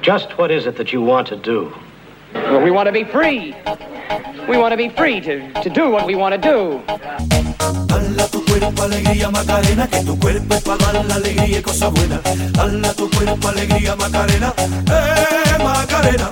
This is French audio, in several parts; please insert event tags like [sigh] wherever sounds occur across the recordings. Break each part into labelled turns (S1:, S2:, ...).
S1: Just what is it that you want to do?
S2: Well, we want to be free. We want to be free to, to do what we want to do.
S3: Dala tu cuerpo alegría Macarena, que tu cuerpo es para dar la alegría y cosa buena. Dala tu cuerpo alegría Macarena, eh Macarena.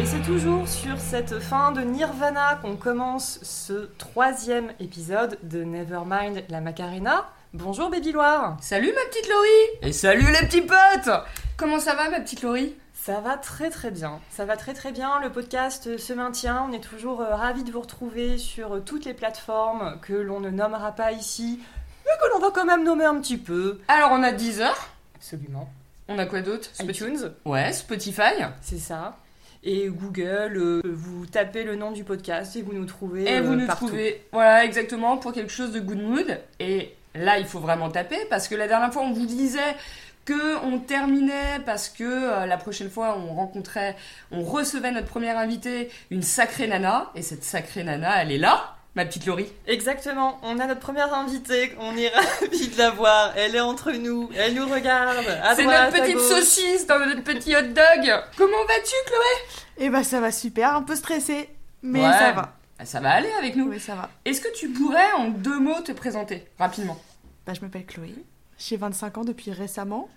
S4: Et c'est toujours sur cette fin de Nirvana qu'on commence ce troisième épisode de Nevermind la Macarena. Bonjour Baby Loire
S5: Salut ma petite Laurie
S4: Et salut les petits potes
S5: Comment ça va ma petite Laurie
S4: Ça va très très bien, ça va très très bien, le podcast se maintient, on est toujours euh, ravis de vous retrouver sur euh, toutes les plateformes que l'on ne nommera pas ici, mais que l'on va quand même nommer un petit peu.
S5: Alors on a Deezer,
S4: Absolument.
S5: on a quoi d'autre Spotify.
S4: iTunes,
S5: Ouais, Spotify.
S4: c'est ça. Et Google, euh, vous tapez le nom du podcast et vous nous trouvez.
S5: Et
S4: euh,
S5: vous nous
S4: partout.
S5: trouvez, voilà exactement, pour quelque chose de good mood. Et là, il faut vraiment taper parce que la dernière fois, on vous disait que on terminait parce que euh, la prochaine fois, on rencontrait, on recevait notre première invitée, une sacrée nana. Et cette sacrée nana, elle est là, ma petite Laurie.
S4: Exactement, on a notre première invitée, on est [laughs] ravis de la voir, elle est entre nous, elle nous regarde, à
S5: C'est
S4: droite,
S5: notre
S4: à
S5: petite
S4: gauche.
S5: saucisse dans notre petit hot dog. Comment vas-tu, Chloé
S6: Eh bah ça va super, un peu stressé, mais
S5: Ouais. Bah,
S6: ça va.
S5: Ça va aller avec nous.
S6: Oui, ça va.
S5: Est-ce que tu pourrais en deux mots te présenter rapidement
S6: Bah, je m'appelle Chloé, j'ai 25 ans depuis récemment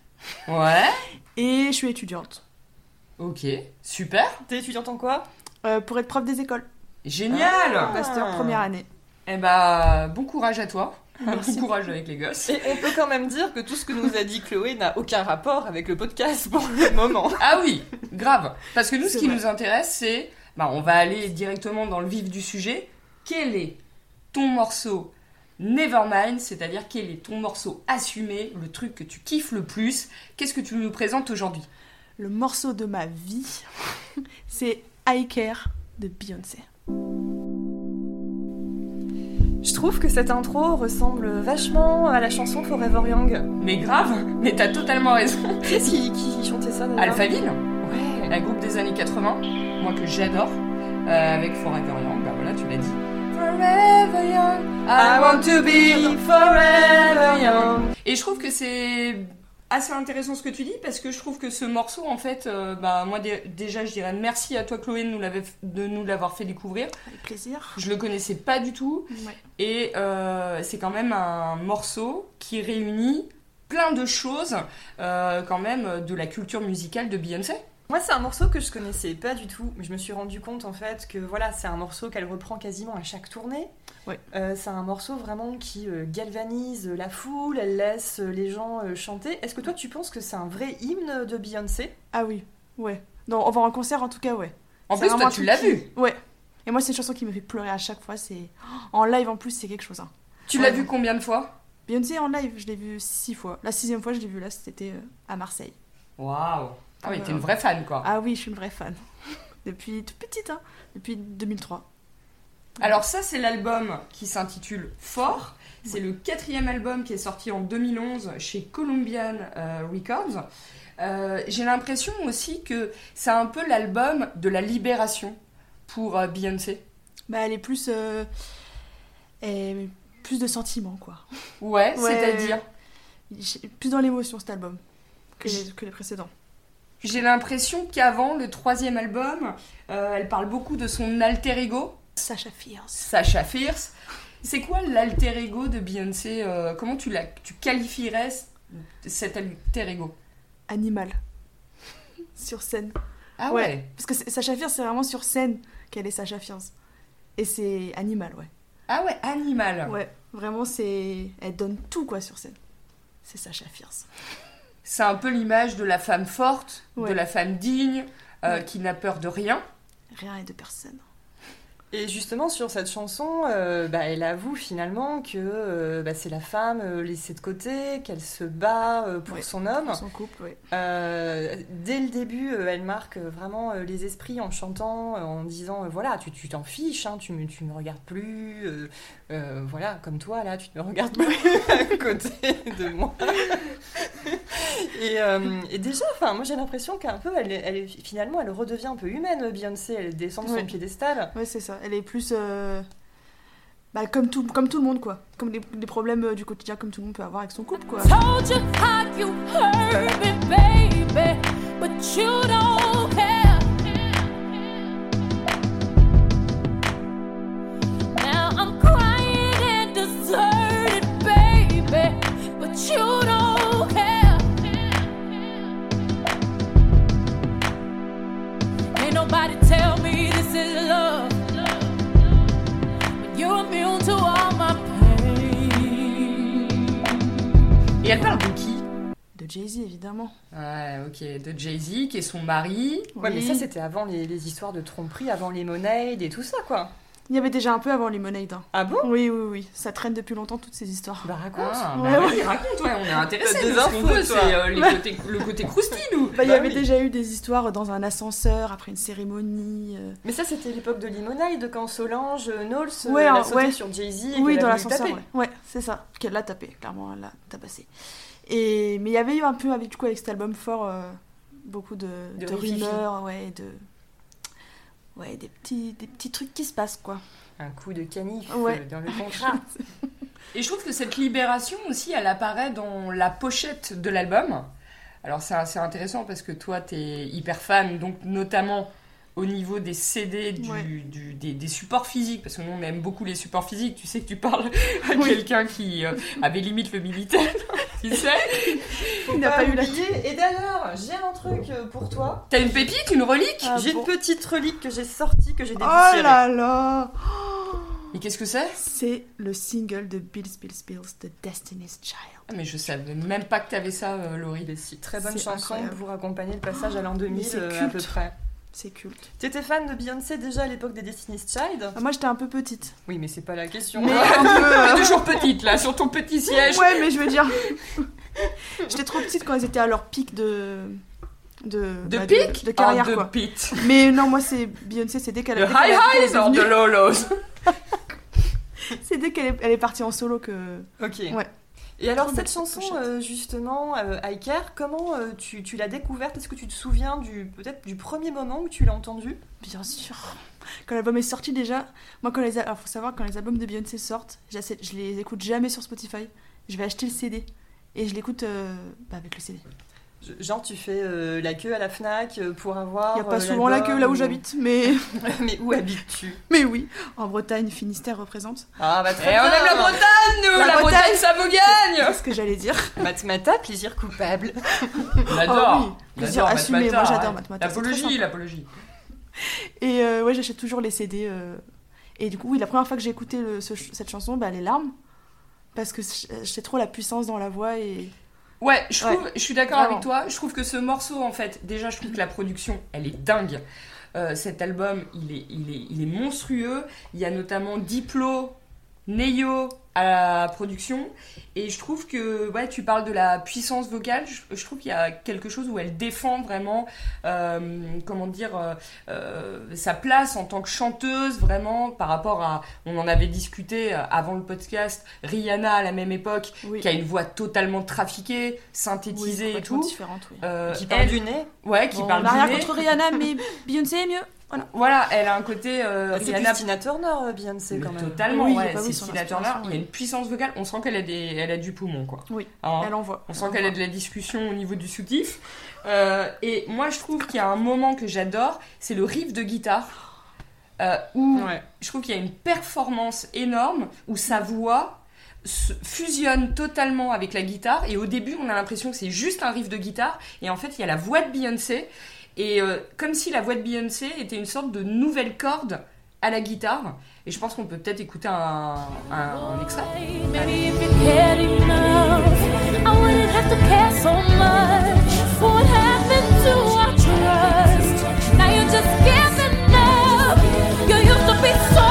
S5: Ouais.
S6: et je suis étudiante
S5: Ok, super,
S4: T'es étudiante en quoi
S6: euh, pour être prof des écoles,
S5: génial.
S4: Ah.
S6: master première année.
S5: Eh bah, bon courage à toi.
S4: Merci.
S5: Bon courage avec les gosses.
S4: Et on peut quand même dire que tout ce que nous a dit Chloé n'a aucun rapport avec le podcast pour le moment.
S5: Ah oui, grave. Parce que nous, ce
S6: C'est
S5: qui
S6: vrai.
S5: nous intéresse, c'est, bah, on va aller directement dans le vif du sujet. Quel est ton morceau Nevermind, c'est-à-dire quel est ton morceau assumé, le truc que tu kiffes le plus Qu'est-ce que tu nous présentes aujourd'hui
S6: Le morceau de ma vie, [laughs] c'est I Care de Beyoncé.
S4: Je trouve que cette intro ressemble vachement à la chanson Forever Young.
S5: Mais grave, mais t'as totalement raison.
S4: Qui est-ce qui, qui chantait ça déjà
S5: Alphaville
S4: Ouais.
S5: un groupe des années 80, moi que j'adore, euh, avec Forever Young, bah voilà, tu l'as dit. Forever Young, I want to be forever young. Et je trouve que c'est assez intéressant ce que tu dis parce que je trouve que ce morceau, en fait, euh, bah moi dé- déjà je dirais merci à toi Chloé de nous l'avait- de nous l'avoir fait découvrir.
S6: Avec plaisir.
S5: Je le connaissais pas du tout
S6: Ouais.
S5: et euh, c'est quand même un morceau qui réunit plein de choses euh, quand même de la culture musicale de Beyoncé.
S4: Moi, c'est un morceau que je connaissais pas du tout, mais je me suis rendu compte en fait que voilà, c'est un morceau qu'elle reprend quasiment à chaque tournée.
S6: Ouais.
S4: Euh, c'est un morceau vraiment qui euh, galvanise la foule, elle laisse euh, les gens euh, chanter. Est-ce que toi, tu penses que c'est un vrai hymne de Beyoncé
S6: Ah oui, ouais. Non, on va en concert en tout cas, ouais.
S5: En
S6: C'est
S5: plus,
S6: vraiment
S5: toi
S6: un
S5: tu
S6: truc
S5: l'as
S6: qui-
S5: vu.
S6: Ouais. Et moi c'est une chanson qui me fait pleurer à chaque fois, c'est [gasps] en live en plus, c'est quelque chose. hein.
S5: Tu l'as
S6: Ouais.
S5: vu combien de fois
S6: Beyoncé en live, je l'ai vue six fois. La sixième fois, je l'ai vue là, c'était euh, à Marseille.
S5: Waouh Ah oui,
S6: Voilà.
S5: t'es une vraie fan, quoi.
S6: Ah oui, je suis une vraie fan. [laughs] Depuis toute petite, hein. Depuis 2003.
S5: Alors ça, c'est l'album qui s'intitule Fort. C'est le quatrième album qui est sorti en 2011 chez Columbian euh, Records. Euh, J'ai l'impression aussi que c'est un peu l'album de la libération pour euh, Beyoncé.
S6: Bah, elle est plus. euh, elle- plus de sentiments, quoi.
S5: Ouais,
S6: Ouais.
S5: c'est-à-dire.
S6: J'ai- Plus dans l'émotion, cet album, que les, que les précédents.
S5: J'ai l'impression qu'avant le troisième album, euh, elle parle beaucoup de son alter ego,
S6: Sacha Fierce.
S5: Sacha Fierce. C'est quoi l'alter ego de Beyoncé euh, Comment tu, la, tu qualifierais c- cet alter ego
S6: Animal. [laughs] sur scène.
S5: Ah
S6: Ouais. Parce que c'est- Sacha Fierce, c'est vraiment sur scène qu'elle est Sacha Fierce. Et c'est animal, ouais.
S5: Ah ouais, animal.
S6: Ouais, vraiment, c'est. Elle donne tout, quoi, sur scène. C'est Sacha Fierce.
S5: C'est un peu l'image de la femme forte, de
S6: Ouais.
S5: la femme digne, euh,
S6: Ouais.
S5: qui n'a peur de rien.
S6: Rien et de personne.
S4: Et justement, sur cette chanson, euh, bah, elle avoue finalement que euh, bah, c'est la femme euh, laissée de côté, qu'elle se bat euh, pour
S6: Ouais.
S4: son homme.
S6: Son couple, ouais.
S4: Euh, dès le début, euh, elle marque euh, vraiment euh, les esprits en chantant, euh, en disant euh, voilà, tu tu t'en fiches, hein, tu me tu me regardes plus, euh, euh, voilà, comme toi là, tu ne me regardes [laughs] plus à côté de moi. [laughs] et, euh, et déjà, enfin, moi j'ai l'impression qu'un peu, elle, est- elle est- finalement, elle redevient un peu humaine, Beyoncé, elle descend de son
S6: Ouais.
S4: piédestal.
S6: Ouais, c'est ça. Elle est plus. euh, Bah, comme tout, comme tout le monde, quoi. Comme des, des problèmes euh, du quotidien, comme tout le monde peut avoir avec son couple, quoi.
S7: Told you how you hurt me, baby, but you don't care. Now I'm crying and deserted, baby, but you don't care. Ain't nobody tell me this is love. But you're immune to all my pain.
S5: Et elle parle de qui
S6: De Jay-Z, évidemment.
S5: Ouais, ok, de Jay-Z, qui est son mari.
S4: Ouais, mais
S6: Oui.
S4: ça c'était avant les, les histoires de tromperie, avant les monnaies et tout ça, quoi.
S6: Il y avait déjà un peu avant Lemonade. hein.
S4: Ah bon
S6: Oui, oui, oui. Ça traîne depuis longtemps, toutes ces histoires.
S4: Bah raconte.
S5: Ah, bah
S6: Ouais,
S5: vas-y, raconte, ouais, on est intéressés.
S4: T'as des
S5: nous, ce qu'on
S4: infos,
S5: veut,
S4: toi.
S5: c'est euh, les côtés- le côté croustille, nous.
S6: Bah, il y
S4: Bah
S6: avait
S4: oui.
S6: déjà eu des histoires dans un ascenseur, après une cérémonie. euh,
S4: Mais ça, c'était l'époque de Limonade, quand Solange, euh, Knowles, euh,
S6: Ouais,
S4: elle
S6: hein,
S4: a sauté
S6: ouais.
S4: sur Jay-Z. et
S6: Oui,
S4: qu'elle
S6: dans
S4: a voulu
S6: l'ascenseur,
S4: taper.
S6: ouais. Ouais, c'est ça. Qu'elle l'a tapé, clairement, elle l'a tabassé. Et... Mais il y avait eu un peu, avec, du coup, avec cet album fort, euh, beaucoup de,
S4: De
S6: de
S4: rififi.
S6: rumeurs, ouais, de... Ouais, des petits, des petits trucs qui se passent, quoi.
S4: Un coup de canif
S6: Ouais.
S4: euh, dans [laughs] le contrat.
S5: Et je trouve que cette libération aussi, elle apparaît dans la pochette de l'album. Alors c'est assez intéressant parce que toi, t'es hyper fan, donc notamment au niveau des CD, du-
S6: Ouais.
S5: du- des, des supports physiques, parce que nous on aime beaucoup les supports physiques, tu sais que tu parles à
S6: Oui.
S5: quelqu'un qui euh, avait limite le militaire, [laughs] tu sais
S6: Il n'a pas eu la...
S4: oublier. Et d'ailleurs, j'ai un truc euh, pour toi.
S5: T'as une pépite, une relique
S6: Ah
S4: j'ai
S6: bon.
S4: une petite relique que j'ai sortie, que j'ai
S6: Oh
S4: dépoussiérée.
S6: là là
S5: Mais qu'est-ce que c'est
S6: C'est le single de Bills, Bills, Bills de Destiny's Child.
S5: Ah, Mais je savais même pas que t'avais ça, euh, Laurie.
S4: Mais si, très bonne
S6: C'est
S4: chanson
S6: incroyable.
S4: pour accompagner le passage à l'an 2000
S6: c'est
S4: euh, à peu
S6: culte.
S4: près.
S6: C'est culte.
S4: T'étais fan de Beyoncé déjà à l'époque des Destiny's Child
S6: Ah, moi, j'étais un peu petite.
S4: Oui, mais c'est pas la question. [laughs]
S6: Mais un peu...
S5: T'es Ah, toujours petite là, sur ton petit siège.
S6: Ouais, mais je veux dire. [laughs] J'étais trop petite quand ils étaient à leur pic de. De,
S5: De
S6: bah,
S5: pique
S6: De, carrière,
S5: Ah, de
S6: quoi.
S5: pite.
S6: Mais non, moi, c'est Beyoncé, c'est dès qu'elle
S5: De
S6: dès qu'elle
S5: high highs
S6: est
S5: or de
S6: devenue-
S5: low lows.
S6: C'est dès qu'elle est, elle est partie en solo que.
S4: Ok.
S6: Ouais.
S4: Et alors
S6: Trop
S4: cette
S6: belle
S4: chanson
S6: pochette.
S4: euh, justement, euh, I Care, comment euh, tu, tu l'as découverte Est-ce que tu te souviens du peut-être du premier moment où tu l'as entendue
S6: Bien sûr. Quand l'album est sorti déjà, moi, quand les. al- Alors, faut savoir, quand les albums de Beyoncé sortent, j'assai- je les écoute jamais sur Spotify. Je vais acheter le CD. Et je l'écoute euh, bah, avec le CD.
S4: Je- Genre tu fais euh, la queue à la Fnac euh, pour avoir.
S6: Il n'y a
S5: Oh
S6: pas
S4: euh,
S6: souvent la
S4: l'album
S6: queue là
S4: ou-
S6: où j'habite, [laughs] mais...
S4: Mais où habites-tu
S6: mais oui. En Bretagne, Finistère représente.
S4: Ah bah
S5: Et on aime la Bretagne, nous La,
S6: La
S5: Bretagne,
S6: Bretagne.
S5: ça vous gagne
S6: C'est ce que j'allais dire.
S4: [laughs] Matmata, plaisir coupable.
S5: On
S6: Ah oui, plaisir assumé. Moi, j'adore Matmata. c'est très
S5: L'apologie,
S6: sympa.
S5: l'apologie.
S6: Et euh, ouais, j'achète toujours les CD. euh. Et du coup, oui, la première fois que j'ai écouté le- ce ch- cette chanson, bah, les larmes. Parce que j'ai trop la puissance dans la voix et.
S5: Ouais, je, trouve, je suis d'accord avec
S6: Vraiment.
S5: toi. Je trouve que ce morceau, en fait, déjà, je trouve que la production, elle est dingue. Euh, cet album, il est, il, est, il est monstrueux. Il y a notamment Diplo, Neyo à la production. Et je trouve que, ouais, tu parles de la puissance vocale. Je, je trouve qu'il y a quelque chose où elle défend vraiment, euh, comment dire, euh, euh, sa place en tant que chanteuse, vraiment, par rapport à, on en avait discuté euh, avant le podcast, Rihanna à la même époque,
S6: Oui.
S5: qui a une voix totalement trafiquée, synthétisée et tout.
S6: différente, oui.
S5: Euh,
S4: Qui parle
S5: elle,
S4: du nez
S5: ouais, qui
S6: Bon,
S5: parle
S6: on a
S5: du
S6: rien
S5: nez.
S6: contre Rihanna, mais Beyoncé est mieux.
S5: Voilà, elle a un côté euh,
S4: C'est
S5: Rihanna.
S4: Christina Turner, euh, Beyoncé quand
S5: Mais
S4: même.
S5: Totalement,
S6: Oui, j'ai
S5: ouais,
S6: pas vu
S5: c'est
S6: son
S5: Tina Turner.
S6: inspiration,
S5: Il y a
S6: oui.
S5: une puissance vocale. On sent qu'elle a des, elle a du poumon, quoi.
S6: Oui,
S5: Hein,
S6: Elle envoie.
S5: on sent qu'elle a de la discussion au niveau du soutif. Euh, et moi, je trouve qu'il y a un moment que j'adore, c'est le riff de guitare euh, où
S4: Ouais.
S5: je trouve qu'il y a une performance énorme où sa voix se fusionne totalement avec la guitare et au début on a l'impression que c'est juste un riff de guitare et en fait il y a la voix de Beyoncé et euh, comme si la voix de Beyoncé était une sorte de nouvelle corde à la guitare et je pense qu'on peut peut-être écouter un, un- un extrait
S7: Maybe if you cared enough, I wouldn't have to care so much. What happened to our trust? Now you're just giving up. You used to be so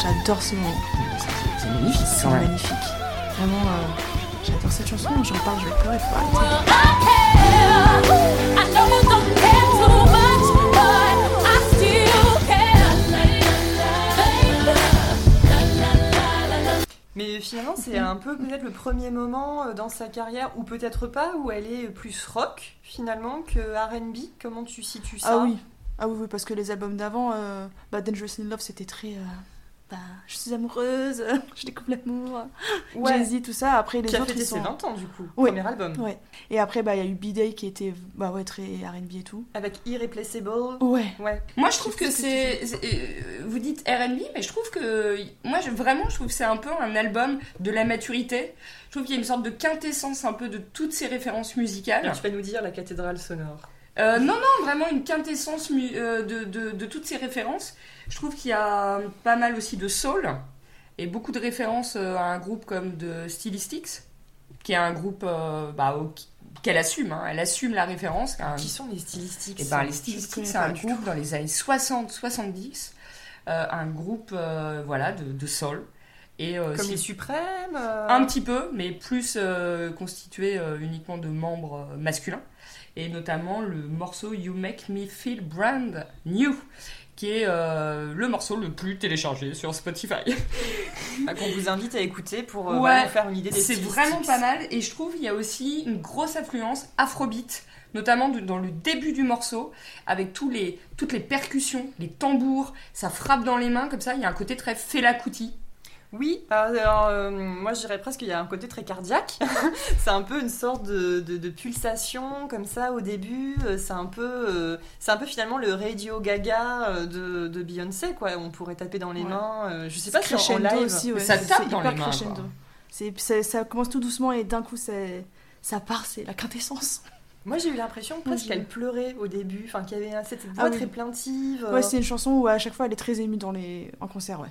S6: J'adore ce moment.
S5: C'est- C'est magnifique
S6: C'est
S5: quand même.
S6: magnifique. Vraiment, euh, j'adore cette chanson. hein, J'en parle, je vais pleurer. faut
S4: Ah,
S6: arrêter.
S7: I know I don't care too much, but I still care.
S4: Mais finalement, c'est un peu peut-être le premier moment euh, dans sa carrière, ou peut-être pas, où elle est plus rock finalement que RB. Comment tu situes ça
S6: Ah oui. Ah oui, oui, parce que les albums d'avant, euh, bah, Dangerous in Love, c'était très. euh, bah, je suis amoureuse, [laughs] je découvre l'amour,
S4: ouais.
S6: Jay-Z, tout ça. Après, les
S4: Qui a
S6: autres,
S4: fêté
S6: ils
S4: ses
S6: sont.
S4: 20 ans du coup,
S6: Ouais.
S4: premier album.
S6: Ouais. Et après, bah, il y a eu B-Day qui était bah, ouais, très RB et tout.
S4: Avec Irreplaceable.
S6: Ouais.
S4: Ouais.
S5: Moi, je trouve que c'est. c'est- euh, Vous dites RB, mais je trouve que. Moi, je- vraiment, je trouve que c'est un peu un album de la maturité. Je trouve qu'il y a une sorte de quintessence un peu de toutes ces références musicales.
S4: Et tu vas nous dire la cathédrale sonore.
S5: Euh, non, non, vraiment une quintessence mu- euh, de, de- de toutes ces références. Je trouve qu'il y a pas mal aussi de soul et beaucoup de références euh, à un groupe comme de Stylistics, qui est un groupe euh, bah, au- qu'elle assume. hein. Elle assume la référence. Un-
S4: Qui sont les stylistiques
S5: et Hein. ben, les
S6: Je
S5: Stylistics,
S6: connais
S5: c'est
S6: pas
S5: un
S6: du
S5: groupe dans les années 60-70, un groupe euh, voilà, de, de soul. Et, euh,
S4: Comme
S5: c'est
S4: les suprêmes euh,
S5: un petit peu, mais plus euh, constitué euh, uniquement de membres euh, masculins. Et notamment le morceau You Make Me Feel Brand New, qui est euh, le morceau le plus téléchargé sur Spotify.
S4: bah, qu'on vous invite à écouter pour euh,
S5: Ouais.
S4: vraiment faire une idée des
S5: C'est
S4: stylistiques.
S5: vraiment pas mal et je trouve qu'il y a aussi une grosse influence afrobeat, notamment de- dans le début du morceau, avec tous les, toutes les percussions, les tambours, ça frappe dans les mains comme ça, il y a un côté très Fela Kuti.
S4: Oui, alors, euh, moi je dirais presque qu'il y a un côté très cardiaque. [laughs] c'est un peu une sorte de, de- de pulsation comme ça au début. Euh, C'est un peu, euh, c'est un peu finalement le Radio Gaga euh, de, de Beyoncé quoi. On pourrait taper dans les
S6: Ouais.
S4: mains. euh, je sais pas si en
S6: crescendo
S4: live.
S6: aussi, ouais.
S5: Mais ça
S6: C'est-
S5: tape
S6: c'est
S5: dans
S6: hyper
S5: les mains,
S6: crescendo.
S5: quoi.
S6: C'est- c'est- ça commence tout doucement et d'un coup, ça, ça part, c'est la quintessence.
S4: Moi j'ai eu l'impression presque
S5: Mmh.
S6: je-
S4: qu'elle pleurait au début, enfin qu'il y avait un- cette voix
S6: Ah oui.
S4: très
S5: Euh,
S4: plaintive. euh,
S6: Ouais, c'est une chanson où à chaque fois elle est très émue dans les... en concert, ouais.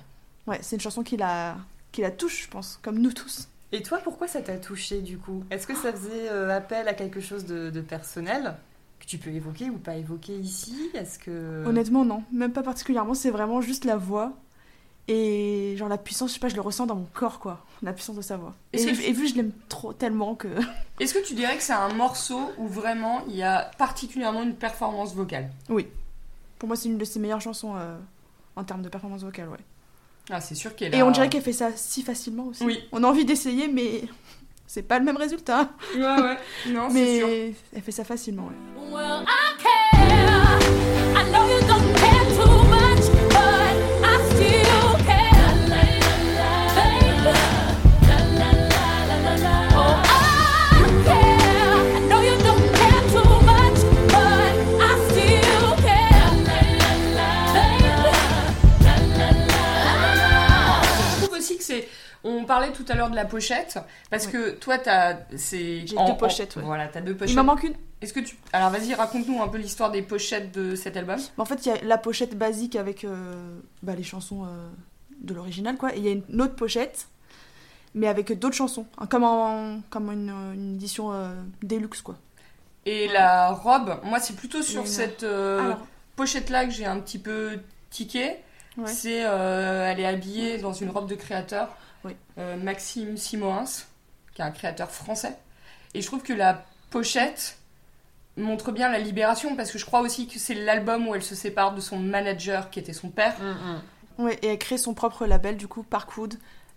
S6: Ouais, c'est une chanson qui la... qui la touche, je pense, comme nous tous.
S4: Et toi, pourquoi ça t'a touché du coup Est-ce que ça faisait euh, appel à quelque chose de, de personnel que tu peux évoquer ou pas évoquer ici Est-ce que
S6: Honnêtement, non, même pas particulièrement, c'est vraiment juste la voix et genre la puissance, je sais pas, je le ressens dans mon corps, quoi, la puissance de sa voix. Et,
S5: Est-ce que-
S6: et vu que je l'aime trop, tellement que. [laughs]
S5: Est-ce que tu dirais que c'est un morceau où vraiment il y a particulièrement une performance vocale
S6: Pour moi, c'est une de ses meilleures chansons euh, en termes de performance vocale, ouais.
S5: Ah, c'est sûr qu'elle
S6: Et
S5: a-
S6: on dirait qu'elle fait ça si facilement aussi.
S5: Oui.
S6: On a envie d'essayer, mais [laughs] c'est pas le même résultat.
S5: Ouais, ouais. Non, c'est sûr.
S6: Mais elle fait ça facilement, ouais.
S7: Well, I care. I know you don't care too much, but I still care. Baby. Oh, I care. I know you don't care too much, but I still care. Baby.
S5: Je trouve aussi que c'est. On parlait tout à l'heure de la pochette, parce
S6: Oui.
S5: que toi, t'as. J'ai
S6: deux pochettes, ouais.
S5: Voilà, t'as deux
S6: Il
S5: pochettes.
S6: m'en manque une.
S5: Est-ce que tu. Alors vas-y, raconte-nous un peu l'histoire des pochettes de cet album.
S6: Mais En fait, il y a la pochette basique avec euh, bah, les chansons euh, de l'original, quoi. Et il y a une autre pochette, mais avec d'autres chansons. Hein, comme, en- comme une, euh, une édition euh, deluxe, quoi.
S5: Et la robe, moi, c'est plutôt sur
S6: Mais non.
S5: cette euh,
S6: Alors,
S5: pochette-là que j'ai un petit peu tiqué.
S6: Ouais.
S5: C'est. euh, elle est habillée dans une robe de créateur,
S6: Oui.
S5: euh, Maxime Simoins, qui est un créateur français. Et je trouve que la pochette montre bien la libération, parce que je crois aussi que c'est l'album où elle se sépare de son manager, qui était son père.
S4: Hum, hum.
S6: ouais, et elle crée son propre label, du coup, Parkwood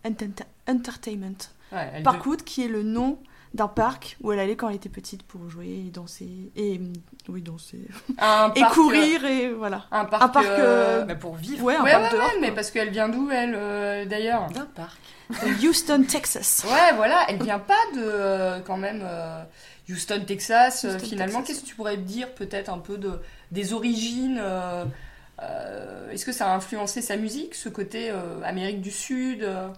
S6: Ententa- Entertainment.
S5: Ouais, elle dev-
S6: Parkwood, qui est le nom d'un parc où elle allait quand elle était petite pour jouer et danser. Et, oui, danser.
S5: un
S6: Et
S5: parc,
S6: courir, et voilà.
S5: euh, Un parc.
S6: Un parc,
S5: euh,
S6: euh,
S4: Bah, pour vivre
S6: Ouais, un
S5: Ouais,
S6: parc
S5: ouais,
S6: dehors,
S5: ouais, mais
S6: quoi.
S5: parce qu'elle vient d'où, elle, euh, d'ailleurs
S4: d'un parc.
S6: De Houston, Texas.
S5: Ouais, voilà, elle vient pas de, euh, quand même, euh, Houston, Texas, euh,
S6: Houston,
S5: finalement.
S6: Texas.
S5: Qu'est-ce que tu pourrais me dire, peut-être, un peu de, des origines euh, euh, Est-ce que ça a influencé sa musique, ce côté euh, Amérique du Sud euh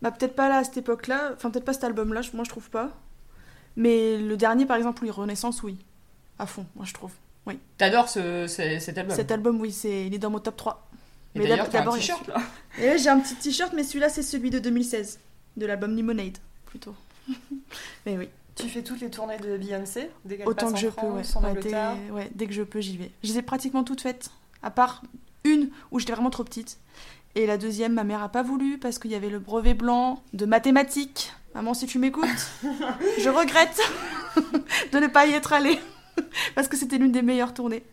S6: Bah peut-être pas là à cette époque-là, enfin peut-être pas cet album-là, je- moi je trouve pas. Mais le dernier par exemple, oui, Renaissance, oui. À fond, moi je trouve.
S5: T'adores ce, ce- cet album.
S6: Cet album, oui, c'est il est dans mon top 3.
S5: Et
S6: mais
S5: d'ailleurs,
S6: d'ab-
S5: t'as un
S6: d'abord, il y a
S5: t-shirt, là.
S6: Et là, j'ai un petit t-shirt, mais celui-là c'est celui de 2016, de l'album Lemonade, plutôt. [laughs] mais oui,
S4: Tu fais toutes les tournées de Beyoncé dès qu'elle
S6: autant
S4: passe
S6: que
S4: en
S6: je peux, ouais.
S4: France, en
S6: Ouais,
S4: Angleterre.
S6: dès... ouais, dès que je peux, j'y vais. Je les ai pratiquement toutes faites, à part une où j'étais vraiment trop petite. Et la deuxième, ma mère a pas voulu parce qu'il y avait le brevet blanc de mathématiques. Maman, si tu m'écoutes,
S4: [laughs]
S6: je regrette [laughs] de ne pas y être allée [laughs] parce que c'était l'une des meilleures tournées.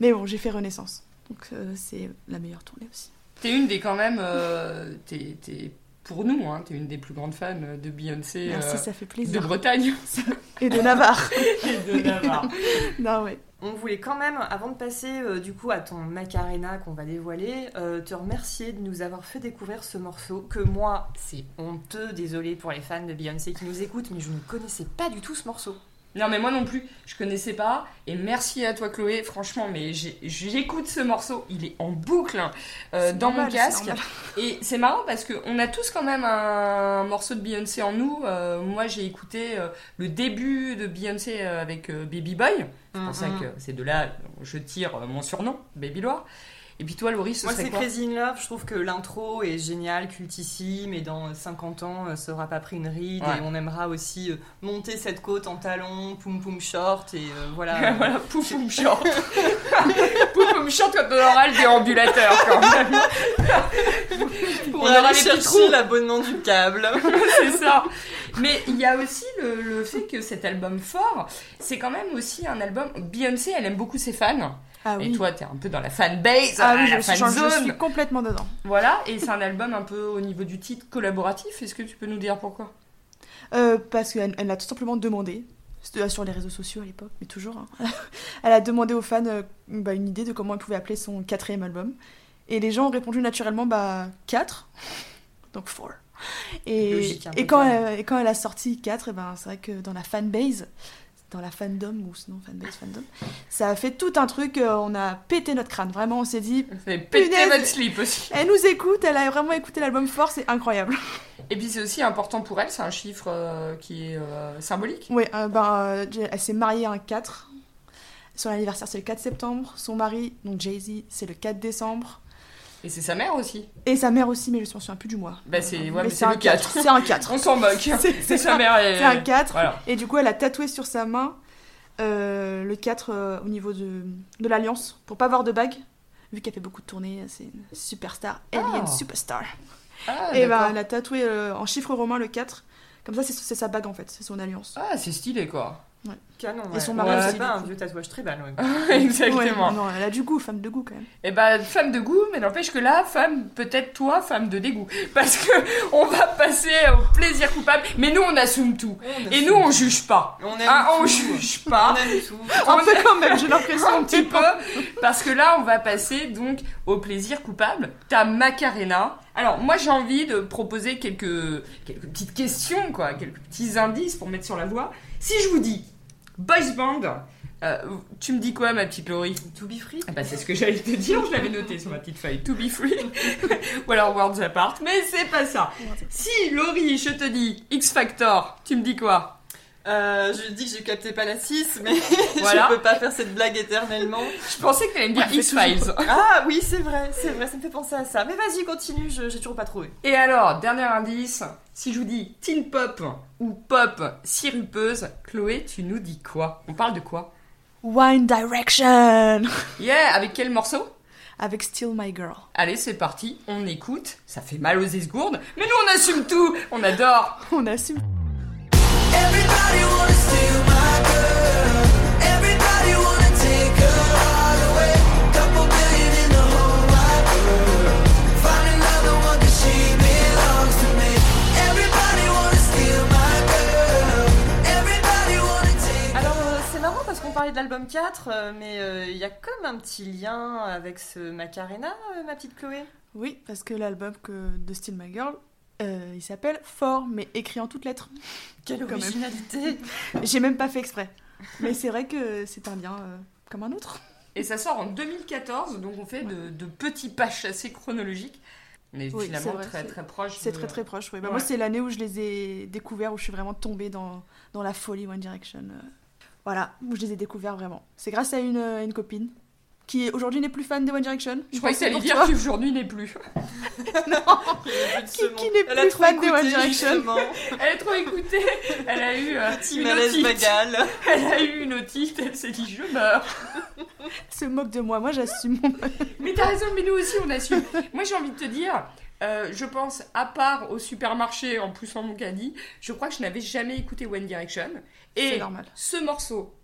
S6: Mais bon, j'ai fait Renaissance, donc euh, c'est la meilleure tournée aussi.
S5: T'es une des quand même. euh, t'es, t'es- pour nous, hein, t'es une des plus grandes fans euh, de Beyoncé euh,
S6: Merci, ça fait
S5: de
S6: plaisir.
S5: Bretagne [laughs]
S6: Et de Navarre.
S5: et de Navarre.
S6: non, ouais.
S4: [laughs] On voulait quand même, avant de passer euh, du coup à ton Macarena qu'on va dévoiler, euh, te remercier de nous avoir fait découvrir ce morceau que moi, c'est honteux, désolé pour les fans de Beyoncé qui nous écoutent, mais je ne connaissais pas du tout ce morceau.
S5: Non mais moi non plus, je connaissais pas. Et merci à toi Chloé, franchement, mais j'ai- j'écoute ce morceau, il est en boucle hein, euh,
S6: C'est
S5: dans
S6: normal,
S5: mon casque.
S6: c'est normal.
S5: Et c'est marrant parce que on a tous quand même un morceau de Beyoncé en nous. Euh, moi j'ai écouté euh, le début de Beyoncé euh, avec euh, Baby Boy. C'est pour ça
S4: Mhm.
S5: que c'est de là je tire euh, mon surnom, Baby Loire. Et puis toi Laurie, ce
S4: Moi,
S5: serait
S4: c'est
S5: quoi
S4: Crazy in Love. Je trouve que l'intro est géniale, cultissime, et dans euh, 50 ans, euh, ça aura pas pris une ride,
S5: Ouais.
S4: et on aimera aussi euh, monter cette côte en talons, poum poum short, et euh, [laughs] voilà.
S5: [laughs] voilà, pouf pouf chante. [laughs] pouf pouf chante quand on aura le déambulateur quand même.
S4: Pour
S5: On
S4: aller
S5: aura les petits
S4: chercher
S5: trous.
S4: l'abonnement du câble.
S5: [laughs] c'est ça. Mais il y a aussi le, le fait que cet album fort, c'est quand même aussi un album. Beyoncé, elle aime beaucoup ses fans.
S6: Ah
S5: Et
S6: oui.
S5: toi, t'es un peu dans la fan base,
S6: ah oui,
S5: la
S6: je, suis,
S5: fan
S6: je
S5: zone.
S6: suis complètement dedans.
S5: Voilà. Et c'est un album un peu au niveau du titre collaboratif. Est-ce que tu peux nous dire pourquoi
S6: Euh, parce qu'elle elle l'a tout simplement demandé, C'était, euh, sur les réseaux sociaux à l'époque, mais toujours. hein. [laughs] elle a demandé aux fans euh, bah, une idée de comment elle pouvait appeler son quatrième album. Et les gens ont répondu naturellement bah 4, donc 4. Et,
S4: Logique, un peu
S6: et, quand
S4: quand
S6: elle, et quand elle a sorti 4, et ben, c'est vrai que dans la fanbase, dans la fandom, ou sinon fanbase, fandom, ça a fait tout un truc, euh, on a pété notre crâne, vraiment, on s'est dit,
S5: C'est péter
S6: Punaise.
S5: votre slip aussi.
S6: elle nous écoute, elle a vraiment écouté l'album fort, c'est incroyable.
S5: Et puis c'est aussi important pour elle. C'est un chiffre euh, qui est euh, symbolique.
S6: Oui, euh, ben, euh, Jay- elle s'est mariée un 4. Son anniversaire, c'est le 4 septembre. Son mari, donc Jay-Z, c'est le 4 décembre.
S5: Et c'est sa mère aussi.
S6: Et sa mère aussi, mais je me souviens plus du mois.
S5: Bah c'est, ouais,
S6: Mais
S5: mais c'est
S6: un
S5: le 4.
S6: C'est un
S5: [laughs]
S6: 4.
S5: On s'en moque.
S6: C'est-
S5: C'est
S6: c'est
S5: sa
S6: un-
S5: mère.
S6: C'est un 4.
S5: Voilà.
S6: Et du coup, elle a tatoué sur sa main euh, le 4 euh, au niveau de, de l'Alliance pour pas avoir de bague. Vu qu'elle fait beaucoup de tournées, c'est une superstar. Elle est
S5: Ah.
S6: une superstar.
S5: Ah,
S6: et ben,
S5: d'accord.
S6: elle a tatoué euh, en chiffre romain le 4. Comme ça, c'est c'est sa bague en fait, c'est son alliance.
S5: Ah, c'est stylé quoi. [laughs]
S4: Canon,
S6: Et son
S4: ouais.
S6: mari
S4: Ouais,
S6: aussi,
S4: c'est pas
S6: du
S4: un
S6: coup.
S4: vieux tatouage tribal. ouais.
S5: Exactement.
S6: Ouais, non, elle a du goût, femme de goût quand même.
S5: Eh ben, femme de goût, mais n'empêche que là, femme, peut-être toi, femme de dégoût. Parce que [laughs] on va passer au plaisir coupable, mais nous, on assume tout. Et nous, on juge pas.
S4: On aime
S5: Ah, on
S4: tout.
S5: juge
S4: On
S5: pas.
S4: aime tout.
S5: On
S6: Un peu quand même, j'ai l'impression.
S5: [laughs] un petit peu. Parce que là, on va passer donc au plaisir coupable. Ta Macarena. Alors, moi, j'ai envie de proposer quelques, quelques petites questions, quoi, quelques petits indices pour mettre sur la voie. Si je vous dis Boys Band, euh, tu me dis quoi, ma petite Laurie
S4: To be free.
S5: ah bah, c'est ce que j'allais te dire, je l'avais noté sur ma petite feuille. To be free. [laughs] Ou alors Worlds Apart, mais c'est pas ça. Si, Laurie, je te dis X Factor, tu me dis quoi
S4: Euh, je dis que je captais pas la 6, mais [laughs]
S5: Voilà.
S4: je peux pas faire cette blague éternellement.
S5: Je pensais que t'allais me dire X-Files.
S4: Ah oui, c'est vrai, c'est vrai, ça me fait penser à ça. Mais vas-y, continue, je- j'ai toujours pas trouvé.
S5: Et alors, dernier indice, si je vous dis teen pop ou pop sirupeuse, Chloé, tu nous dis quoi On parle de quoi
S6: One Direction [laughs]
S5: Yeah, avec quel morceau
S6: avec Still My Girl.
S5: Allez, c'est parti, on écoute. Ça fait mal aux esgourdes, mais nous on assume tout, [laughs] on adore.
S6: On assume.
S8: Everybody wanna steal my girl. Everybody wanna take her all away. Couple billion in the whole wide world. Find another one 'cause she belongs to me. Everybody wanna steal my girl. Everybody wanna take.
S4: Alors, euh, c'est marrant parce qu'on parlait de l'album 4, euh, mais euh, il y a comme un petit lien avec ce Macarena, euh, ma petite Chloé.
S6: Oui, parce que l'album que de Still My Girl, euh, il s'appelle Fort, mais écrit en
S5: [laughs]
S6: toutes lettres.
S4: Quelle
S6: Quand même.
S4: originalité
S6: [laughs] J'ai même pas
S5: [laughs]
S6: fait exprès. Mais c'est vrai que c'est un lien euh, comme un autre.
S5: Et ça sort en 2014, donc on fait de, de petits pas assez chronologiques, mais
S6: Oui,
S5: finalement
S6: c'est vrai,
S5: très
S6: c'est-
S5: très proche.
S6: C'est
S5: de-
S6: très très proche. ouais. Bah,
S5: Ouais.
S6: Moi, c'est l'année où je les ai découverts, où je suis vraiment tombée dans, dans la folie One Direction. euh. Voilà, où je les ai découverts vraiment. C'est grâce à une, euh, une copine qui aujourd'hui n'est plus fan des One Direction.
S5: Je croyais que
S6: pensais
S5: t'allais
S6: pour
S5: dire
S6: toi.
S5: qu'aujourd'hui n'est plus.
S6: [laughs]
S5: [laughs]
S6: Qui- qui n'est plus fan des One Direction.
S5: Elle a trop écouté, elle a eu euh,
S9: Petit
S5: une
S9: malaise
S5: otite.
S9: bagal.
S5: Elle a eu une otite, elle s'est dit je meurs.
S6: se moque de moi. Moi, j'assume. [laughs] mon-
S5: Mais t'as raison, mais nous aussi on assume. Moi j'ai envie de te dire, euh, je pense, à part au supermarché en poussant mon caddie, je crois que je n'avais jamais écouté One Direction.
S6: C'est
S5: Et
S6: normal.
S5: ce morceau,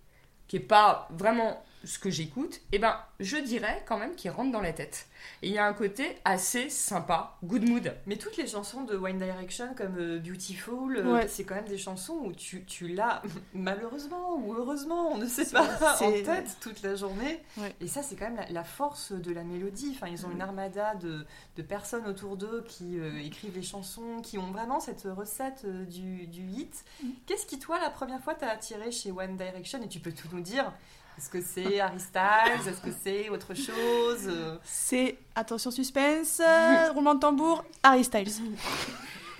S5: qui est pas vraiment ce que j'écoute, eh ben, je dirais quand même qu'il rentre dans la tête. Et il y a un côté assez sympa, good mood.
S4: Mais toutes les chansons de One Direction, comme euh, Beautiful, euh,
S6: Ouais.
S4: c'est quand même des chansons où tu, tu l'as, [laughs] malheureusement ou heureusement, on ne sait pas, [laughs]
S6: c'est-
S4: en tête toute la journée.
S6: Ouais. Mm.
S4: Et ça, c'est quand même la, la force de la mélodie. Enfin, ils ont une armada de, de personnes autour d'eux qui euh, écrivent les chansons, qui ont vraiment cette recette euh, du, du hit.
S6: Mm.
S4: Qu'est-ce qui, toi, la première fois, t'a attiré chez One Direction Et tu peux tout nous dire est-ce que c'est Harry Styles Est-ce que c'est autre chose euh,
S6: C'est attention suspense, euh, roulement de tambour, Harry Styles.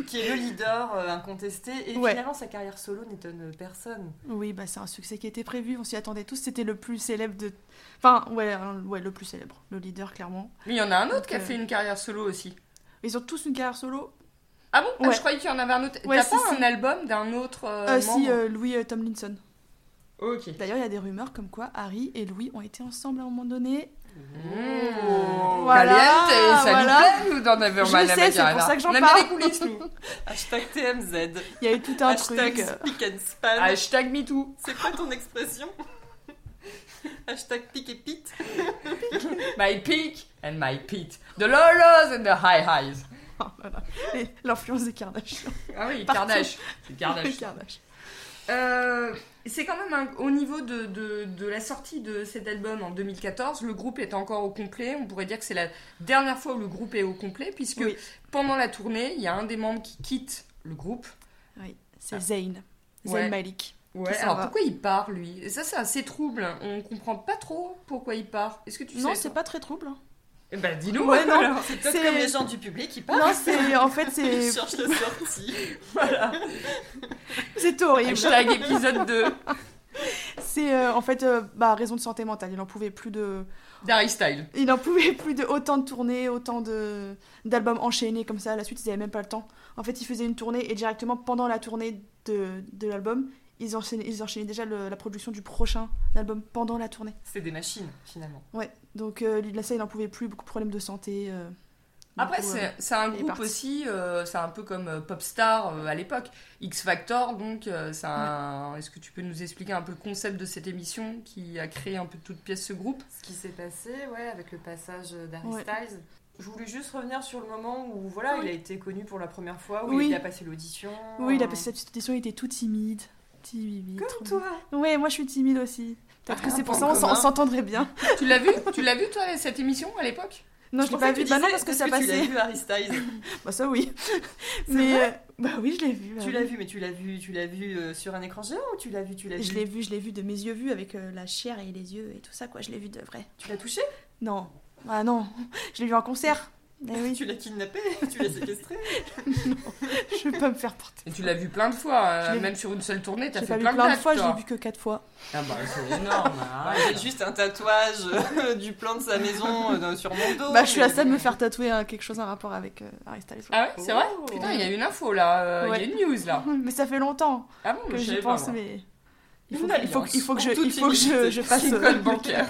S4: qui est le leader euh, incontesté. Et
S6: Ouais.
S4: finalement, sa carrière solo n'étonne euh,
S6: [laughs]
S4: personne.
S6: Oui, bah c'est un succès qui était prévu. On s'y attendait tous. C'était le plus célèbre de. Enfin, ouais, euh, ouais, le plus célèbre, le leader clairement.
S5: Mais il y en a un autre qui a
S6: Donc, euh,
S5: fait une carrière solo aussi.
S6: Ils ont tous une carrière solo.
S5: Ah bon Ah,
S6: Ouais.
S5: Je croyais qu'il y en avait un autre.
S6: Ouais,
S5: T'as
S6: si,
S5: pas
S6: si.
S5: un album d'un autre euh,
S6: Euh,
S5: membre
S6: si euh, Louis euh, Tomlinson.
S5: Ok.
S6: D'ailleurs, il y a des rumeurs comme quoi Harry et Louis ont été ensemble à un moment donné.
S5: Mmh.
S6: Voilà,
S5: Caliente, et ça
S6: voilà.
S5: lui plaît ou d'en avoir
S6: Je
S5: mal à la
S6: sais, c'est pour
S5: Macarena
S6: ça que j'en
S5: On aime
S6: parle.
S5: bien les coulisses, [laughs] nous.
S4: Hashtag TMZ.
S6: Il y a eu tout un
S4: Hashtag
S6: truc. euh, [laughs]
S4: speak and span.
S5: Hashtag MeToo.
S4: C'est quoi ton expression Hashtag pique et pite.
S5: My peak and my pit. The low lows and the high highs.
S6: oh là là, les- L'influence des Kardashian.
S5: Ah oui,
S6: Partout.
S5: Kardashian. C'est Kardashian.
S6: Les Kardashian.
S5: Euh, c'est quand même un- au niveau de, de- de la sortie de cet album en 2014, le groupe est encore au complet. On pourrait dire que c'est la dernière fois où le groupe est au complet, puisque
S6: Oui.
S5: pendant la tournée, il y a un des membres qui quitte le groupe.
S6: Oui, c'est Zayn. Zayn
S5: Ah. Ouais.
S6: Malik.
S5: Ouais,
S6: Ça
S5: alors
S6: va.
S5: pourquoi il part lui Et Ça, c'est assez trouble. On comprend pas trop pourquoi il part. Est-ce que tu
S6: non,
S5: sais
S6: c'est pas très trouble. hein.
S5: Eh ben, dis-nous
S6: Ouais, non.
S5: alors.
S4: C'est peut-être
S6: C'est-
S4: comme les gens du public qui parlent.
S6: Non, c'est en fait
S4: [laughs]
S5: [laughs]
S4: Ils
S6: c'est
S4: cherchent [laughs] la sortie.
S6: c'est horrible.
S5: Hashtag épisode 2
S6: C'est euh, en fait euh, bah, raison de santé mentale. Il en pouvait plus de
S5: d'Harry Style.
S6: il en pouvait [laughs] plus de autant de tournées, autant de d'albums enchaînés comme ça. À la suite, ils avaient même pas le temps. En fait, ils faisaient une tournée et directement pendant la tournée de, de l'album, ils enchaînaient, ils enchaînaient déjà le- la production du prochain album pendant la tournée.
S4: C'est des machines, finalement.
S6: Ouais. Donc euh, lui, là, ça, il en pouvait plus. Beaucoup de problèmes de santé. euh,
S5: Après,
S6: beaucoup,
S5: c'est
S6: euh,
S5: c'est un
S6: il est
S5: groupe
S6: parti.
S5: aussi, euh, c'est un peu comme euh, Popstar euh, à l'époque. X Factor, donc, euh, c'est un- est-ce que tu peux nous expliquer un peu le concept de cette émission qui a créé un peu de toute pièce ce groupe
S4: Ce qui s'est passé, ouais, avec le passage d'Harry
S6: Ouais.
S4: Styles. Je voulais juste revenir sur le moment où voilà, il a été connu pour la première fois, où
S6: Oui.
S4: il a passé l'audition.
S6: Oui, il a passé cette audition. Il était tout timide. Timide. trop
S4: Comme toi
S6: mignon. Ouais, moi, je suis timide aussi. Peut-être que c'est pour
S4: en
S6: ça on s'en- on
S4: commun.
S6: s'entendrait bien.
S5: Tu l'as vu Tu l'as vu, toi, cette émission à l'époque
S6: Non, je l'ai pas vu. Bah non, parce que ça
S4: Tu l'as
S6: passait.
S4: vu, Harry
S6: [laughs]
S4: Styles.
S6: Bah ça oui. Mais euh, bah oui, je l'ai vu. bah
S4: tu
S6: oui.
S4: l'as vu, mais tu l'as vu, tu l'as vu euh, sur un écran géant ou tu l'as vu, tu l'as
S6: Je
S4: vu
S6: l'ai vu, je l'ai vu de mes yeux vus avec euh, la chair et les yeux et tout ça quoi. Je l'ai vu de vrai.
S4: Tu l'as touché
S6: Non. Ah non. [laughs] Je l'ai vu en concert. Eh oui.
S4: Tu l'as kidnappé [laughs] Tu l'as séquestré
S6: je vais pas me faire porter.
S5: Et tu l'as vu plein de fois, euh,
S6: Je l'ai
S5: même sur une seule tournée, t'as
S6: J'ai
S5: fait
S6: pas vu
S5: plein,
S6: plein de
S5: dates,
S6: fois. Je
S5: toi.
S6: l'ai vu que quatre fois.
S5: Ah bah, c'est énorme. hein.
S4: Il a Ah, juste un tatouage euh, du plan de sa maison euh, dans- sur mon dos.
S6: bah je suis la
S4: mais-
S6: seule de me faire tatouer hein, quelque chose en rapport avec euh, Harry Styles.
S5: Ah ouais, c'est vrai
S4: Oh.
S5: Putain, il y a une info là, euh, il
S6: Ouais.
S5: y a une news là.
S6: [laughs] Mais ça fait longtemps
S5: Ah bon,
S6: que
S5: je
S6: j'y
S5: savais pas,
S6: pense,
S5: moi.
S6: mais il
S4: Une
S6: faut, il faut,
S4: alliance,
S6: il faut que
S4: en
S6: je,
S4: toute
S6: il faut que je,
S4: humilité.
S6: [laughs] je fasse.
S5: C'est une
S6: euh,
S5: code bancaire.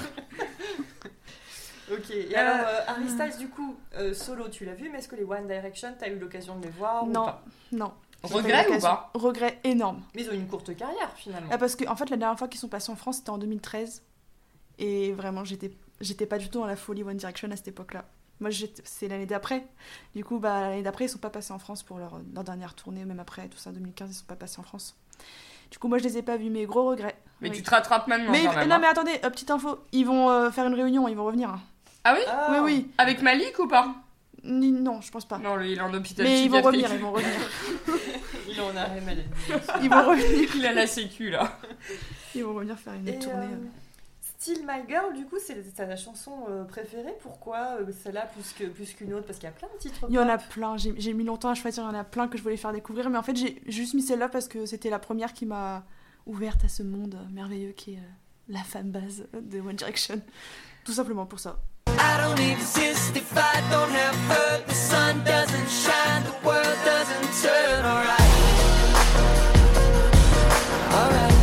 S4: Ok, et alors euh, Harry
S6: hmm.
S4: Styles, du coup, euh, solo, tu l'as vu, mais est-ce que les One Direction, t'as eu l'occasion de les voir ou
S6: Non,
S4: pas
S6: non. J'ai pas eu
S5: Regret ou
S6: l'occasion.
S5: pas
S6: Regret énorme.
S4: Mais ils ont une courte carrière finalement.
S6: Ah, parce que en fait la dernière fois qu'ils sont passés en France c'était en 2013 et vraiment j'étais j'étais pas du tout dans la folie One Direction à cette époque-là. Moi j'étais- c'est l'année d'après. Du coup bah l'année d'après ils sont pas passés en France pour leur, leur dernière tournée même après tout ça 2015 ils sont pas passés en France. Du coup moi je les ai pas vus mais gros regret.
S5: Mais
S6: Oui.
S5: tu te rattrapes maintenant
S6: Mais
S5: quand même.
S6: non
S5: hein.
S6: mais attendez euh, petite info ils vont euh, faire une réunion ils vont revenir. hein.
S5: Ah oui
S4: Ah.
S6: Oui oui
S5: Avec Malik ou pas
S6: Ni- non je pense pas.
S5: Non, lui, il est en hôpital
S6: Mais ils vont
S5: psychiatrique.
S6: revenir, ils vont revenir.
S4: Il est en arrêt maladie.
S6: Ils vont
S5: [laughs]
S6: revenir,
S5: Il a la sécu là.
S6: ils vont revenir faire une
S4: Et,
S6: tournée.
S4: euh,
S6: euh.
S4: Still My Girl, du coup, c'est ta chanson euh, préférée. Pourquoi euh, celle-là plus que plus qu'une autre Parce qu'il y a plein de titres.
S6: Il y en a plein, j'ai j'ai mis longtemps à choisir, il y en a plein que je voulais faire découvrir, mais en fait j'ai juste mis celle-là parce que c'était la première qui m'a ouverte à ce monde merveilleux qui est euh, la fan base de One Direction. Tout simplement pour ça.
S8: I don't exist if I don't have her. The sun doesn't shine, the world doesn't turn. Alright. Alright.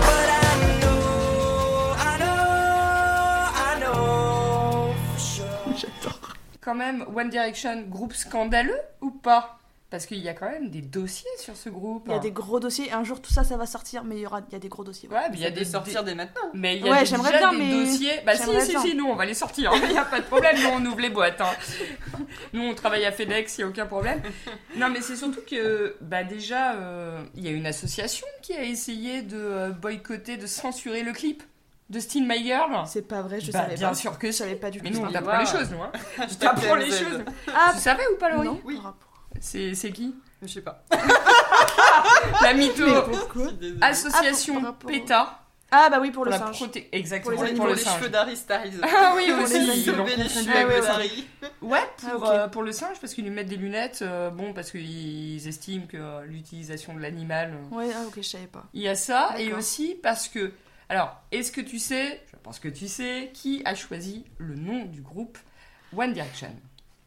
S8: But I know, I know, I know Oh, for sure.
S5: Quand même, One Direction, groupe scandaleux ou pas Parce qu'il y a quand même des dossiers sur ce groupe.
S6: Il y a des gros dossiers. Un jour, tout ça, ça va sortir, mais il y, aura... il y a des gros dossiers. ouais.
S5: Ah. Ouais, mais il y a des
S4: sortir dès [laughs] maintenant.
S5: Mais il y a
S6: Ouais,
S5: des-
S6: j'aimerais
S5: déjà
S6: bien,
S5: des
S6: mais
S5: dossiers. Bah si,
S6: j'aimerais
S5: si,
S6: bien.
S5: si, nous on va les sortir. hein. [laughs] Il n'y a pas de problème, nous on ouvre les boîtes. hein. Nous on travaille à FedEx, il n'y a aucun problème. Non, mais c'est surtout que bah déjà, euh, il y a une association qui a essayé de euh, boycotter, de censurer le clip de Steel My Girl.
S6: C'est pas vrai, je
S5: Bah,
S6: savais
S5: bien
S6: pas.
S5: sûr que
S6: Je
S5: ça.
S6: savais pas du
S5: Mais
S6: tout.
S5: nous on
S4: Je
S5: t'apprend
S4: vois.
S5: les choses, nous. Hein. Je t'apprends les
S4: TMZ.
S5: choses.
S6: Ah,
S5: Tu savais ou pas, Laurie
S6: non, par rapport.
S5: C'est c'est qui
S4: Je sais pas.
S5: La mytho.
S6: Ah, Mais pourquoi
S5: Association
S6: Ah, par rapport au-
S5: PETA.
S6: Ah, bah oui, pour le
S5: la
S6: singe.
S5: proté- Exactement,
S6: Pour les
S5: pour
S4: Pour
S5: le
S4: les
S5: singe.
S4: cheveux d'Harry Styles.
S5: Ah oui,
S6: Pour les
S5: aussi.
S6: animaux.
S5: ils l'ont
S4: Sauver les
S5: confondu
S4: cheveux
S6: Ah
S5: avec
S4: de
S5: le
S6: ouais, ouais.
S5: singe.
S4: Harry.
S5: Ouais, pour,
S6: Ah, ok.
S5: euh, pour le singe, parce qu'ils lui mettent des lunettes, euh, bon, parce qu'ils estiment que euh, l'utilisation de l'animal, euh,
S6: Ouais, ah, ok, je savais pas.
S5: il y a ça, et
S6: D'accord.
S5: aussi parce que. Alors, est-ce que tu sais, je pense que tu sais, qui a choisi le nom du groupe One Direction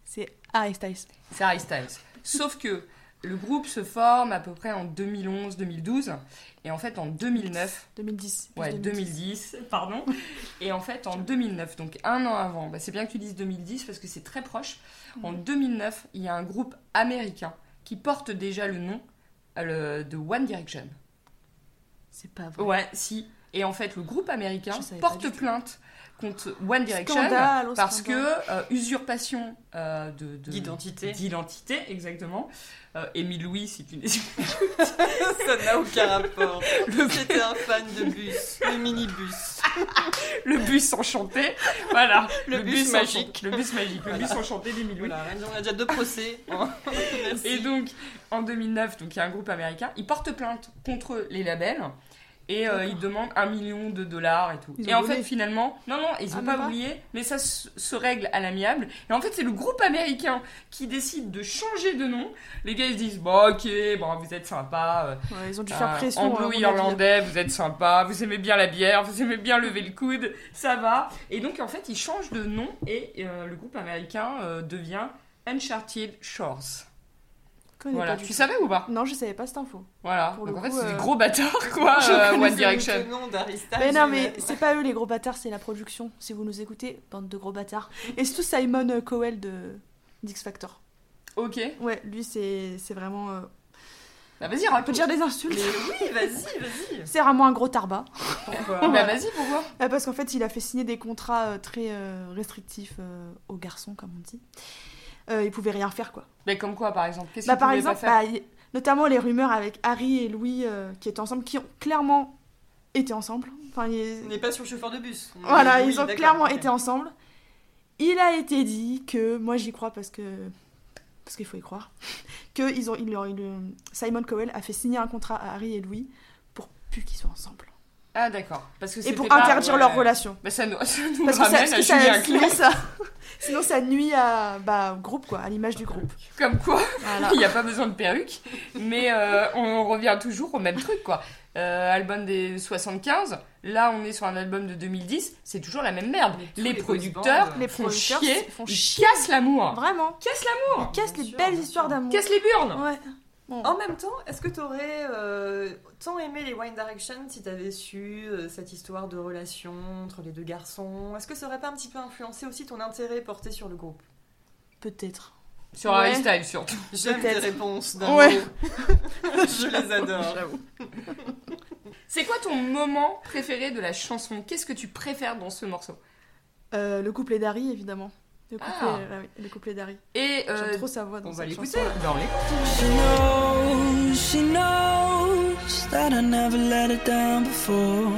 S6: C'est Harry Styles.
S5: C'est Harry Styles. Sauf que le groupe se forme à peu près en 2011-2012, et en fait en 2009.
S6: 2010. plus
S5: Ouais, 2010, pardon. Et en fait, en 2009, donc un an avant, bah, c'est bien que tu dises 2010 parce que c'est très proche. En 2009, il y a un groupe américain qui porte déjà le nom euh, le- de One Direction.
S6: C'est pas vrai.
S5: Ouais, si. Et en fait, le groupe américain
S6: Je savais pas
S5: porte
S6: du tout.
S5: plainte contre One Direction
S6: Scandale, oh,
S5: parce que
S6: scandale.
S5: euh, usurpation euh, de, de-
S4: D'identité.
S5: d'identité exactement. Euh, Émile Louis, si tu
S4: Ça n'a aucun rapport. C'était un fan de bus, le minibus.
S5: [laughs] le bus enchanté, voilà,
S4: Le bus magique.
S5: enchanté. le bus magique, le bus enchanté d'Émile Louis.
S4: Voilà, on a déjà deux procès.
S5: Euh,
S4: hein. Merci.
S5: Et donc, en 2009, donc il y a un groupe américain, ils portent plainte contre les labels et euh, ils demandent un million de dollars et tout.
S6: Ils
S5: et
S6: ont
S5: en fait,
S6: volé.
S5: finalement, non, non, ils
S6: Ah,
S5: ont
S6: même
S5: pas
S6: pas
S5: oublié, mais ça se se règle à l'amiable. Et en fait, c'est le groupe américain qui décide de changer de nom. Les gars, ils se disent, bon, ok, bon, vous êtes sympa. euh,
S6: Ouais, ils ont dû faire
S5: euh,
S6: pression. hein, à mon avis.
S5: Anglo-irlandais, vous êtes sympa, vous aimez bien la bière, vous aimez bien lever le coude, ça va. Et donc en fait, ils changent de nom et euh, le groupe américain euh, devient Uncharted Shores.
S6: Je connais
S5: Voilà.
S6: pas du
S5: Tu
S6: tout.
S5: savais ou pas
S6: Non, je savais pas cette info.
S5: Voilà.
S6: Pour
S5: donc
S6: le
S5: en fait,
S6: coup,
S5: c'est des
S6: euh,
S5: gros
S6: [laughs]
S5: bâtards quoi, euh, One Direction.
S4: Le nom d'Harry Styles.
S6: Mais non, mais
S4: lui-même.
S6: c'est pas eux les gros bâtards, c'est la production. Si vous nous écoutez, bande de gros bâtards. Et surtout Simon euh, Cowell de d'X Factor.
S5: Ok.
S6: Ouais, lui, c'est c'est vraiment. euh,
S5: Bah vas-y,
S6: On peut
S5: raconte.
S6: dire des insultes.
S4: Oui, vas-y, vas-y.
S6: C'est vraiment un gros tarbat.
S5: Bah vas-y, pourquoi
S6: Ah, Parce qu'en fait, il a fait signer des contrats euh, très euh, restrictifs euh, aux garçons, comme on dit. Euh, il pouvait rien faire, quoi.
S5: Mais comme quoi, par exemple Qu'est-ce
S6: Bah,
S5: que
S6: par
S5: pouvait
S6: exemple,
S5: pas faire
S6: bah, y- notamment les rumeurs avec Harry et Louis euh, qui étaient ensemble, qui ont clairement été ensemble. Enfin,
S4: On
S6: ils-
S4: n'est pas sur le chauffeur de bus.
S5: Mm.
S4: On
S6: Voilà,
S4: est- oui,
S6: ils ont
S4: d'accord,
S6: clairement
S4: ok.
S6: été ensemble. Il a été dit que, moi j'y crois parce que parce qu'il faut y croire, [laughs] que ils ont, ils leur- ils- Simon Cowell a fait signer un contrat à Harry et Louis pour plus qu'ils soient ensemble.
S5: Ah d'accord. Parce que
S6: bah, Et
S5: c'était
S6: pour
S5: pas-
S6: interdire
S5: ouais.
S6: leur relation.
S5: Bah ça nous, [laughs] ça nous
S6: Parce que ça,
S5: ramène
S6: parce
S5: à
S6: que ça-
S5: Julien
S6: sinon,
S5: Clerc.
S6: ça, [laughs] sinon ça nuit à, bah, au groupe, quoi, à l'image du groupe.
S5: Comme quoi.
S6: Voilà.
S5: [laughs] Il n'y a pas besoin de perruque, mais euh, on revient toujours au même truc, quoi. Euh, album des 75, là on est sur un album de 2010, c'est toujours la même merde.
S4: Mais tous
S5: Les
S4: boys
S5: producteurs
S4: bands,
S6: Les
S5: font
S6: producteurs
S5: chier, Oh,
S6: font
S5: ils
S6: chier.
S5: cassent l'amour.
S6: Vraiment,
S5: Cassent l'amour,
S6: on casse
S4: bien
S6: les
S4: sûr,
S6: belles
S4: bien
S6: histoires
S4: sûr.
S6: d'amour.
S5: cassent les burnes.
S6: Ouais. Bon.
S4: En même temps, est-ce que t'aurais euh, tant aimé les Wine Direction si t'avais su euh, cette histoire de relation entre les deux garçons Est-ce que ça aurait pas un petit peu influencé aussi ton intérêt porté sur le groupe
S6: Peut-être.
S5: Sur
S6: Ouais.
S5: Harry Styles, surtout.
S4: J'aime tes
S6: Peut-être.
S4: réponses d'un
S6: Ouais.
S4: mot. [laughs] Je les adore.
S5: C'est quoi ton moment préféré de la chanson Qu'est-ce que tu préfères dans ce morceau
S6: Euh, le couplet d'Harry, évidemment. Le couplet,
S5: Ah.
S6: ah oui, le couplet d'Harry.
S5: Et euh,
S6: J'aime trop sa voix dans
S5: on va
S6: cette
S5: l'écouter.
S6: chanson.
S5: Dans les-
S8: She knows, she knows that I never let her down before.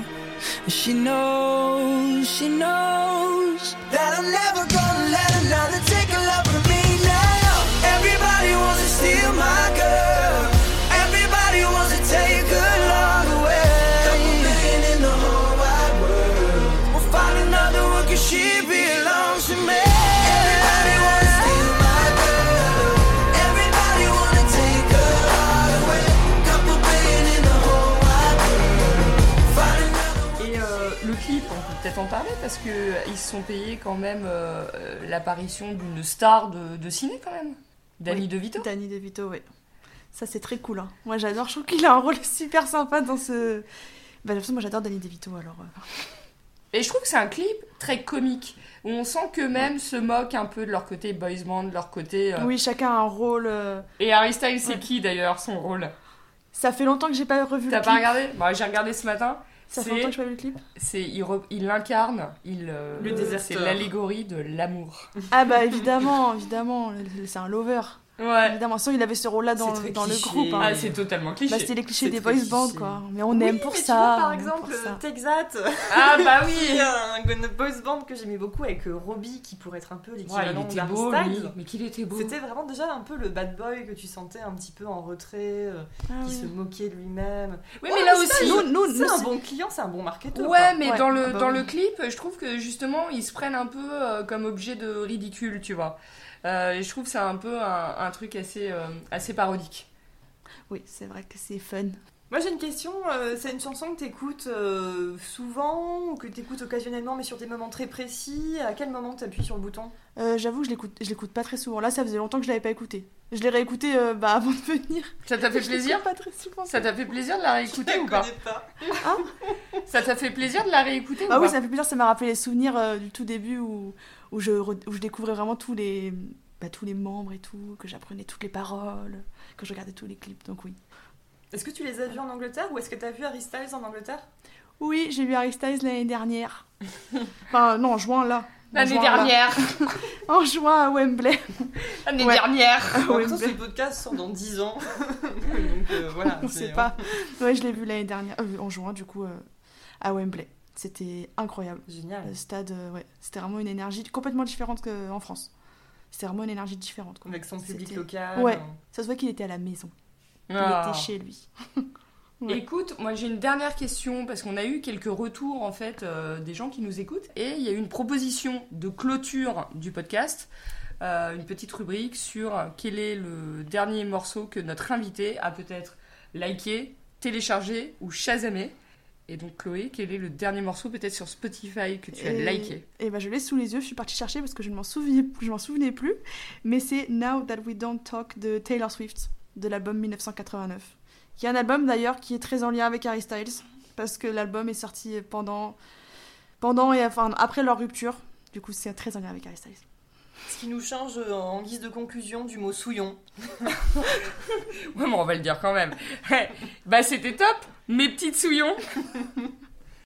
S8: She knows, she knows that I'm never gonna let another take a love from me now. Everybody wants to steal my girl. Everybody wants to take her love away. Couple million in the whole wide world. We'll find another one 'cause she belongs to me. Everybody wants to steal my girl. Everybody wanna take her heart away. Couple billion in the whole wide world. Find another
S5: Et euh, le clip, on peut peut-être en parce qu'ils se sont payés quand même euh, euh, l'apparition d'une star de, de ciné quand même. Danny
S6: Oui.
S5: DeVito.
S6: Danny DeVito, oui. Ça, c'est très cool. hein. Moi, j'adore. Je trouve qu'il a un rôle [laughs] super sympa dans ce. Bah, de toute façon, moi, j'adore Danny DeVito, alors. euh,
S5: Et je trouve que c'est un clip très comique où on sent qu'eux-mêmes se moquent un peu de leur côté boys band, de leur côté. euh,
S6: Oui, chacun a un rôle. euh,
S5: Et Harry Styles, c'est
S6: Ouais.
S5: qui d'ailleurs son rôle
S6: Ça fait longtemps que j'ai pas revu
S5: T'as
S6: le
S5: pas
S6: clip.
S5: regardé Bah, J'ai regardé ce matin.
S6: Ça fait
S5: C'est-
S6: longtemps que j'ai pas vu le clip.
S5: C'est il, re- il incarne, il euh,
S4: Le déserteur.
S5: C'est l'allégorie de l'amour.
S6: Ah, bah, évidemment, [laughs] évidemment. le- C'est un lover.
S5: Ouais.
S6: Évidemment, sinon, il avait ce rôle-là dans,
S4: C'est très
S6: dans le
S4: cliché.
S6: groupe. hein.
S5: Ah, c'est totalement cliché.
S6: Bah, c'était les clichés
S4: c'est
S6: des
S4: très
S6: boys bands,
S4: cliché.
S6: quoi. Mais on
S4: Oui,
S6: aime pour
S4: mais tu
S6: ça.
S4: vois,
S6: on
S4: par
S6: aime
S4: exemple,
S5: euh,
S6: pour ça.
S4: Texat,
S5: ah bah oui.
S4: [laughs] il y a un Gonna Boys Band que j'aimais beaucoup avec euh, Robbie qui pourrait être un peu
S5: Ouais, il
S4: l'équivalent
S5: était
S4: d'Harry
S5: beau,
S4: Styles.
S5: lui. Mais qu'il était beau.
S4: C'était vraiment déjà un peu le bad boy que tu sentais un petit peu en retrait, euh,
S6: Ah,
S4: qui
S6: oui.
S4: se moquait de lui-même.
S5: Oui,
S4: Oh,
S5: mais là
S4: mais ça,
S5: aussi.
S6: Nous, nous, nous,
S4: C'est un
S6: c'est-
S4: bon client, c'est un bon marketeur.
S5: Ouais, mais
S6: Ouais,
S5: dans le
S6: ah bah
S5: dans
S6: oui.
S5: le clip, je trouve que justement ils se prennent un peu euh, comme objet de ridicule, tu vois. Euh, et je trouve que c'est un peu un, un truc assez euh, assez parodique.
S6: Oui, c'est vrai que c'est fun.
S4: Moi j'ai une question, euh, c'est une chanson que t'écoutes euh, souvent ou que t'écoutes occasionnellement mais sur des moments très précis. À quel moment t'appuies sur le bouton
S6: Euh, J'avoue que je l'écoute, je l'écoute pas très souvent. Là, ça faisait longtemps que je l'avais pas écouté. Je l'ai réécouté euh, bah, avant de venir.
S5: Ça t'a fait
S6: [laughs] Je
S5: plaisir
S6: l'écoute Pas très souvent.
S5: Ça t'a fait plaisir de la réécouter ou pas Hein Ça t'a fait plaisir de la réécouter
S6: Ah
S5: ou
S6: oui,
S5: pas
S6: ça me fait plaisir. Ça m'a rappelé les souvenirs euh, du tout début où, où, je, re- où je découvrais vraiment tous les, bah, tous les membres et tout, que j'apprenais toutes les paroles, que je regardais tous les clips. Donc oui.
S4: Est-ce que tu les as vus en Angleterre ou est-ce que t'as vu Harry Styles en Angleterre
S6: Oui, j'ai vu Harry Styles
S5: [laughs]
S6: l'année dernière. enfin, non, en juin là. En
S5: L'année
S6: juin, là.
S5: dernière
S6: [laughs] En juin à Wembley.
S5: L'année
S6: Ah Ouais.
S5: dernière
S6: À
S4: En même temps,
S6: Wembley.
S4: ces podcasts sont dans 10
S6: [laughs]
S4: ans. Donc euh, voilà.
S6: On
S4: c'est-
S6: sait pas. Ouais, je l'ai vu l'année dernière, euh, en juin du coup, euh, à Wembley. C'était incroyable.
S4: Génial.
S6: Le stade, euh, ouais, c'était vraiment une énergie complètement différente qu'en France. C'était vraiment une énergie différente. Quoi.
S4: Avec son public
S6: C'était-
S4: local.
S6: Ouais.
S4: hein.
S6: Ça se voit qu'il était à la maison. Il
S5: Ah.
S6: était chez lui. Ouais.
S5: Écoute, moi j'ai une dernière question parce qu'on a eu quelques retours en fait euh, des gens qui nous écoutent et il y a eu une proposition de clôture du podcast, euh, une petite rubrique sur quel est le dernier morceau que notre invité a peut-être liké, téléchargé ou chasamé. Et donc Chloé, quel est le dernier morceau peut-être sur Spotify que tu as
S6: Et-
S5: liké
S6: Et ben je l'ai sous les yeux, je suis partie chercher parce que je ne m'en souvenais, je m'en souvenais plus. Mais c'est Now That We Don't Talk de Taylor Swift, de l'album 1989. Qui est un album d'ailleurs qui est très en lien avec Harry Styles, parce que l'album est sorti pendant, pendant et enfin après leur rupture. Du coup, c'est très en lien avec Harry Styles.
S4: Ce qui nous change euh, en guise de conclusion du mot souillon.
S5: [laughs] Ouais, mais on va le dire quand même. bah c'était top, mes petites souillons.